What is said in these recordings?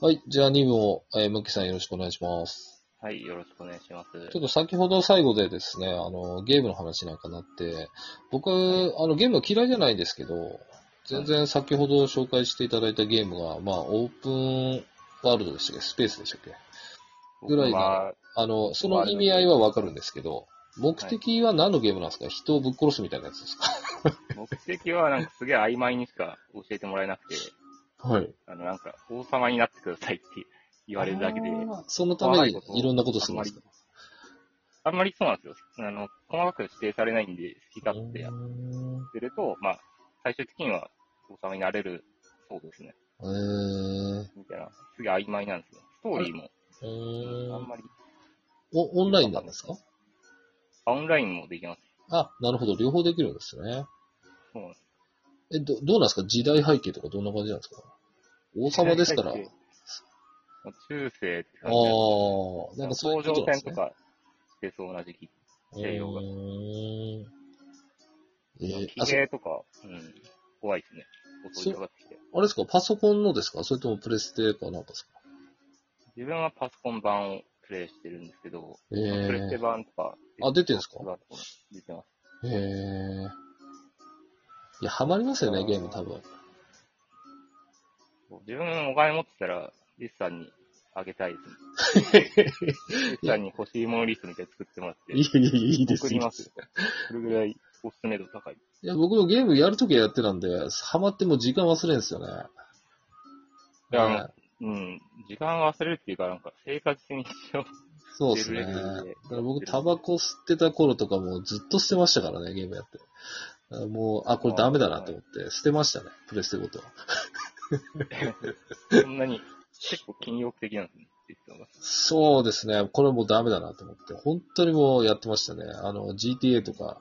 はい。じゃあ2部を、えー、ムッキーさんよろしくお願いします。はい、よろしくお願いします。ちょっと先ほど最後でですね、あの、ゲームの話なんかなって、僕、あの、ゲームは嫌いじゃないんですけど、全然先ほど紹介していただいたゲームが、まあ、オープンワールドでしたっけスペースでしたっけぐらいなまあ、あの、その意味合いはわかるんですけど、目的は何のゲームなんですか人をぶっ殺すみたいなやつですか 目的はなんかすげえ曖昧にしか教えてもらえなくて、はい。あの、なんか王様になってくださいって言われるだけで、あそのためにいろんなことするんんまでりすか、あんまりそうなんですよ。あの、細かく指定されないんで、好き勝手やっうーんてると、まあ、最終的には王様になれる、そうですね。えーみたいな、すげえ曖昧なんですよ。ストーリーも、うーあんんまり、お、オンラインなんですかあオンラインもできます。あ、なるほど。両方できるんですね。そうなんです。え、ど、どうなんですか時代背景とかどんな感じなんですか王様ですから。ああもう中世って感じですー、なんかそうい甲うこ状となんで腺すとね。かしてそうな時期。西洋がうーん。えーひあ、そげとか、うん、怖いですね。襲いかかってきて。あれですかパソコンのですかそれともプレステかなんかですか自分はパソコン版をプレイしてるんですけど、えプレステー、版とか。あ出てんすか出てます。えー。いや、ハマりますよね、ゲーム多 分。自分お金持ってたら、リスさんにあげたいですね。リスさんに欲しいものリストみたいに作ってもらって。いやいやいいです送りますよ。それぐらいおすすめ度高い。いや、僕もゲームやるときはやってたんで、ハマってもう時間忘れんすよね。いやねあのうん、時間を忘れるっていうか、なんか生活にしよそうですね。レベだルでから僕、タバコ吸ってた頃とかもずっと捨てましたからね、ゲームやって。だからもう、あ、これダメだなと思って、捨てましたね、プレステごと。う。そんなに、結構禁欲的なんですね、リスさんが。そうですね、これもうダメだなと思って、本当にもうやってましたね。あの、GTA とか、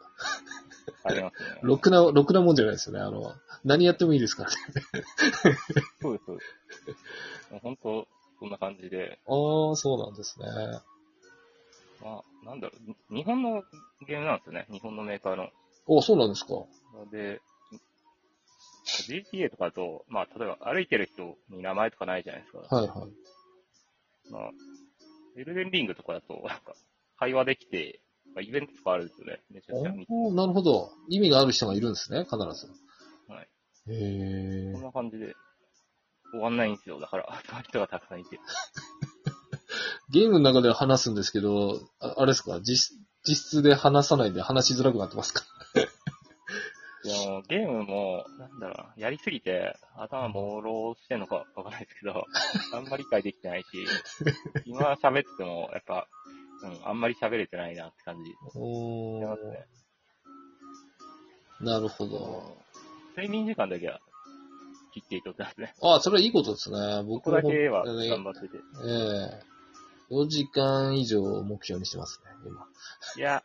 あります ね。ろくな、ろくなもんじゃないですよね。あの、何やってもいいですからね。そうです、そうです。本当、そんな感じで、ああ、そうなんですね。まあ、なんだろう、に日本のゲームなんですよね、日本のメーカーの。おそうなんですか。で、GTA とかだと、まあ、例えば歩いてる人に名前とかないじゃないですか。はいはい。まあ、エルデンリングとかだと、なんか、会話できて、まあ、イベントとかあるんですよね、めちゃくちゃ見て。おなるほど。意味がある人がいるんですね、必ず。はい。へえこん。な感じで、終わんないんですよ、だから、 集まる人がたくさんいて。ゲームの中では話すんですけど、ああれですか実実質で話さないで話しづらくなってますかいやもうゲームも、なんだろうな、やりすぎて、頭朦朧してんのかわかんないです けど、あんまり理解できてないし、今喋っても、やっぱ、うん、あんまり喋れてないなって感じしうーてますね。ん。なるほど。睡眠時間だけは切っていっておきますね。ああ、それはいいことですね。こ僕こもだけは本当に頑張ってて。ええ4時間以上を目標にしてますね、今。いや、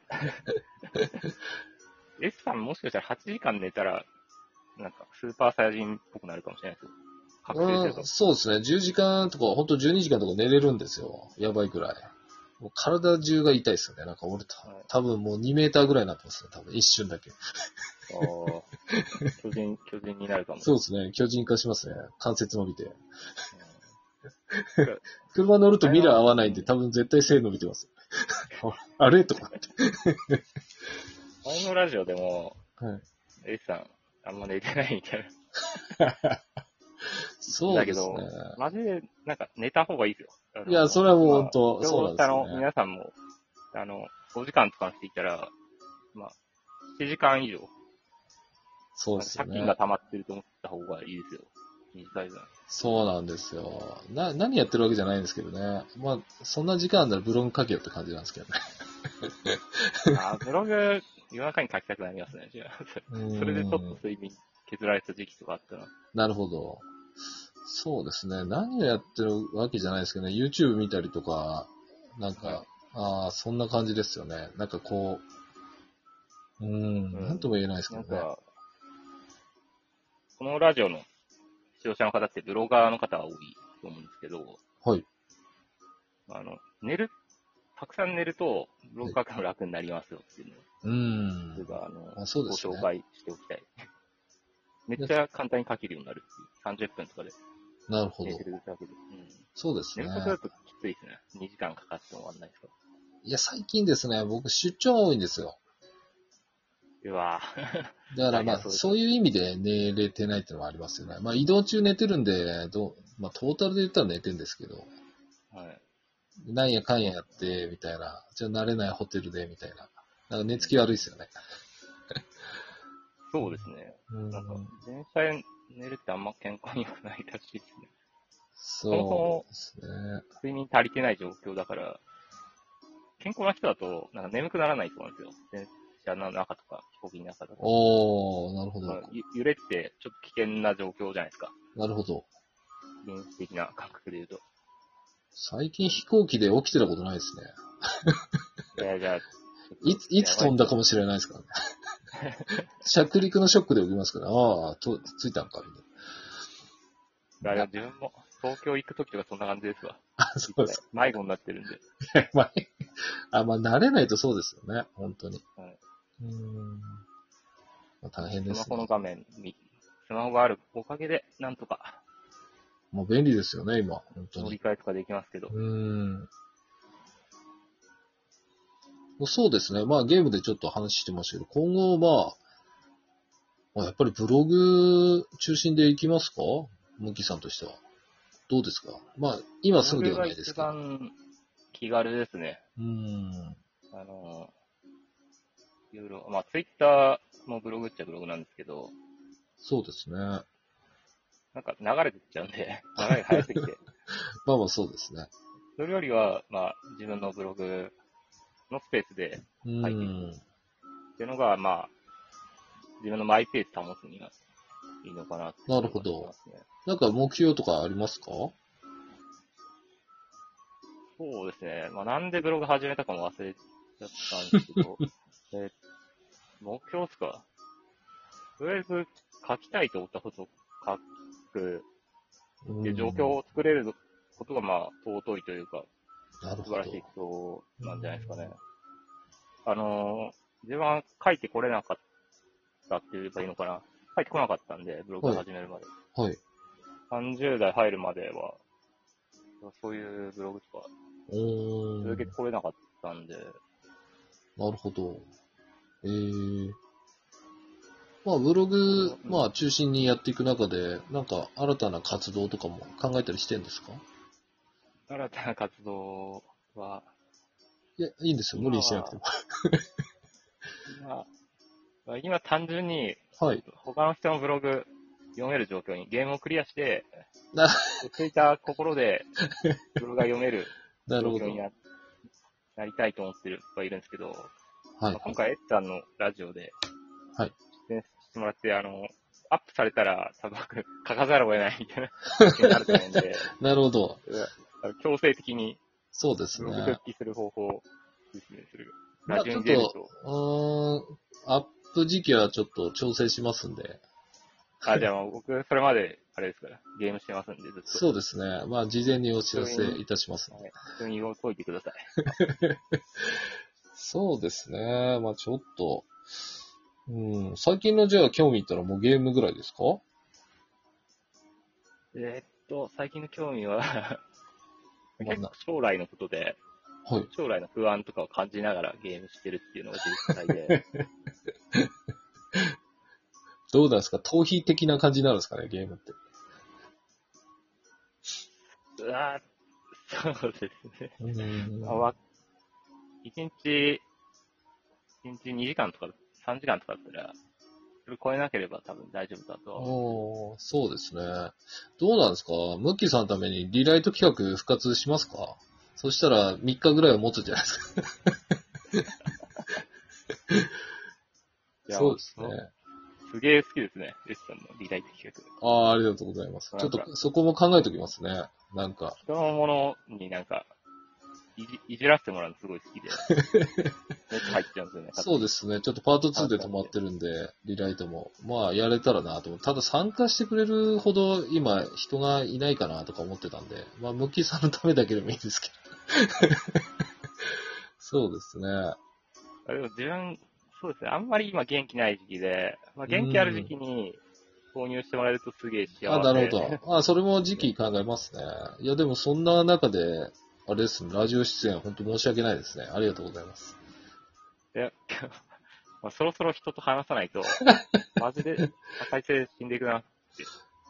S さんもしかしたら8時間寝たら、なんかスーパーサイヤ人っぽくなるかもしれないですよ。覚醒してるうん、そうですね。10時間とか、ほんと12時間とか寝れるんですよ。やばいくらい。もう体中が痛いですよね。なんか俺たはい、多分もう2メーターぐらいになってますね。多分一瞬だけ。と、巨人、巨人になるかも。そうですね。巨人化しますね。関節伸びて。うん車乗るとミラー合わないんで、多分絶対背伸びてます。あれとかって。前のラジオでも、はい A さん、あんま寝てないみたいそうですねだ。な。マジで、なんか寝た方がいいですよ。あのいや、それはもう本当、まあそうなんで視す聴者よのね。皆さんも、あの、5時間とかにしていたら、まあ、7時間以上、そうですよ借金がね。溜まってると思った方がいいですよ。短い分。そうなんですよ。な、何やってるわけじゃないんですけどね。まあ、そんな時間ならブログ書けよって感じなんですけどね。あ ーブログ、夜中に書きたくなりますね。じゃあうんそれでちょっと睡眠削られた時期とかあったら、なるほど。そうですね。何をやってるわけじゃないですけどね。YouTube 見たりとか、なんはか、ああ、そんな感じですよね。なんかこう、うん、うんなんとも言えないですけなどんね。か、このラジオの視聴者の方ってブロガーの方が多いと思うんですけど、はい。あの、寝る、たくさん寝ると、ブログ書くの楽になりますよっていうのを、うん僕。はあの、あそうごですね紹。介しておきたい。めっちゃ簡単に書けるようになるっていう。30分とかでなるほ寝どて。るだけで。うん。そうですね連。続だときついですね。2時間かかっても終わんないですかいや、最近ですね、僕出張多いんですよ。うわだからまいやあ、そうですそういう意味で寝れてないっていうのはありますよね。まあ移動中寝てるんで、どうまあトータルで言ったら寝てるんですけど、ぁ。 はい。なんやかんややって、みたいな。じゃあ慣れないホテルで、みたいな。なんか寝つき悪いですよね。そうですね。うんなんか、電車で寝るってあんま健康にはないらしいですね。そうですね。睡眠足りてない状況だから、健康な人だと、なんか眠くならないそうなんですよ。電車の中とか飛行機の中だと。おー、なるほどま。あゆ揺れってちょっと危険な状況じゃないですか。なるほど。臨時的な感覚で言うと。最近飛行機で起きてたことないですね。いやいや、いつ、いつ飛んだかもしれないですからね。 着陸のショックで起きますから、ああ、と、ついたんか、みたいいやいや自分も東京行くときとかそんな感じですわ。な。あ、 そうです。迷子になってるんで。まあ、あまあ、慣れないとそうですよね、本当に。はいうーん。まあ、大変でスマすホのね。画面見、スマホがあるおかげで、なんとかもう便利ですよね、今、本当乗りに。換えとかできますけどう。ーん。そうですね。まあ、ゲームでちょっと話してましたけど、今後、まあ、まあ、やっぱりブログ中心でいきますかムッキーさんとしては。どうですかまあ、今すぐではないですけど。ブログが一番気軽ですね。うーん。あの、いろいろ、まあ、ツイッターもブログっちゃブログなんですけど、そうですね。まなんか流れてっちゃう んで、流れが早すぎて。あまあ、そうですね。それよりは、まあ、自分のブログのスペースで、うーん。はいっていうのが、まあ、自分のマイペース保つにはいいのかなってなるほど思いますね。なんか目標とかありますかそうですね。まあ、なんでブログ始めたかも忘れちゃったんです けど、えー目標ですかとりあえず書きたいと思ったことを書くうでん状況を作れることが、まあ、尊いというか、なるほ素晴どらしいことなんじゃないですかね。あのー自分は書いてこれなかったって言えばいいのかな。書いてこなかったんで、ブログを始めるまで。はい。 30代入るまでは、そういうブログとかうーん。続けてこれなかったんで、なるほど。ええまあ、ブログ、まあ、中心にやっていく中で、なんか、新たな活動とかも考えたりしてんですか新たな活動は、いや、いいんですよ。無理にしなくても。今、まあ今単純にはい。他の人のブログ読める状況に、ゲームをクリアしてな、落ち着いた心でブログが読める なる状ほ況ど。はにい。ななりたいと思ってる人がいるんですけど、まあ今回、エッちゃんのラジオで、はい出演してもらって、あの、アップされたら、多分書かざるを得ないみたい な気になると思うんで、なるほど。強制的にそうですブねログ。復帰する方法を説明する。まあラジオに出ると。うーん。アップ時期はちょっと調整しますんで。あ、じゃあもう僕、それまで、あれですから、ゲームしてますんで、ずっと。そうですね。まあ、事前にお知らせいたしますので。普通に言を解いてください。そうですね。まあ、ちょっと。うん。最近のじゃあ、興味ったらもうゲームぐらいですか、えーっと、最近の興味は結構 将来のことで、はい。将来の不安とかを感じながらゲームしてるっていうのが実 際で、どうなんですか逃避的な感じになるんですかね、ゲームって。うわーそうですね。うんあわ一日、一日2時間とか、3時間とかだったら、それ超えなければ多分大丈夫だと。おーそうですね。どうなんですかムッキーさんのためにリライト企画復活しますかそしたら3日ぐらいは持つんじゃないですか。いやそうですね。すげえ好きですね、エッさんのリライト企画。ああ、ありがとうございます。ちょっなんとそこも考えておきますね。なんか。人のものになんか、いじいじらせてもらうのすごい 好きで。めっちゃ入っちゃうんですよね。そうですね。ちょっとパート2で止まってるんで、リライトも。まあ、やれたらなと思う。ただ参加してくれるほど今人がいないかなとか思ってたんで、まあ、ムッキーさんのためだけでもいいですけど。 そうですね。あでも自分、そうですね。あんまり今元気ない時期で、まあ、元気ある時期に購入してもらえるとすげえ幸せ。あ、なるほど。あ、それも時期考えますね。いや、でもそんな中で、あれですね、ラジオ出演、本当申し訳ないですね。ありがとうございます。いや、 まあ、そろそろ人と話さな いと、マジで、再生死んでいくなって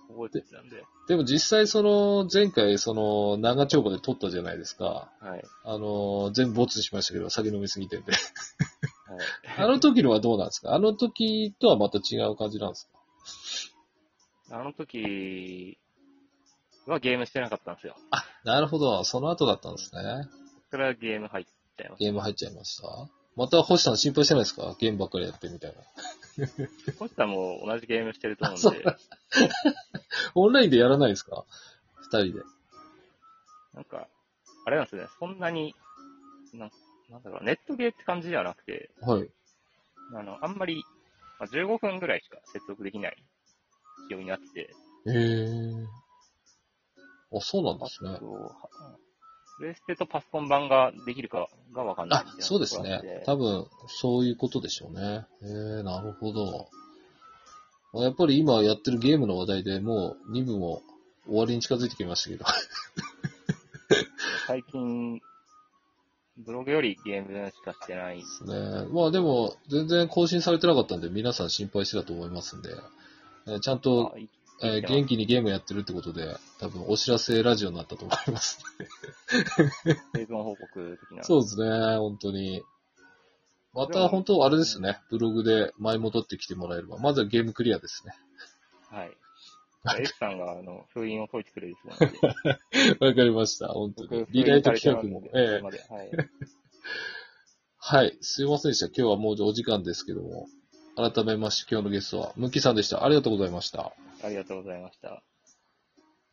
覚えてたんで、でも実際、その、前回、その、長丁場で撮ったじゃないですか。はい。あの、全部ボツしましたけど、酒飲みすぎてんで。はい、あの時のはどうなんですかあの時とはまた違う感じなんですかあの時はゲームしてなかったんですよ。なるほど。その後だったんですね。それはゲーム入っちゃいまゲーム入っちゃいました。また星さん心配してないですかゲームばっかりやってみたいな。す。こっちさんも同じゲームしてると思あうんそでう、オンラインでやらないですか二人で。なんか、あれなんですよね、そんなに、ななんだろう、ネットゲーって感じではなくて、はい。あの、あんまり、まあ、15分ぐらいしか接続できないようになってて、へえ。あ、そうなんですあねと。はプレステとパソコン版ができるかがわかんないあみたい、なそうですところがあっねて。多分、そういうことでしょうね。へえ、なるほど。あやっぱり今やってるゲームの話題でもう2部も終わりに近づいてきましたけど。最近、ブログよりゲームしかしてない。ね。まあでも、全然更新されてなかったんで、皆さん心配してたと思いますんで、えーちゃんとあ、いえーいいな元気にゲームやってるってことで、多分お知らせラジオになったと思います。生存報告的な。そうですね、本当に。までたも本当、あれですね、ブログで前戻ってきてもらえれば、まずはゲームクリアです ね。はい。エフさんが、あの、封印を解いてくれるそうなんで。わかりました、本当に僕。リライト企画も封印。されえてえますんではい。はい、すいませんでした。今日はもうお時間ですけども、改めまして今日のゲストは、ムッキーさんでした。ありがとうございました。ありがとうございました。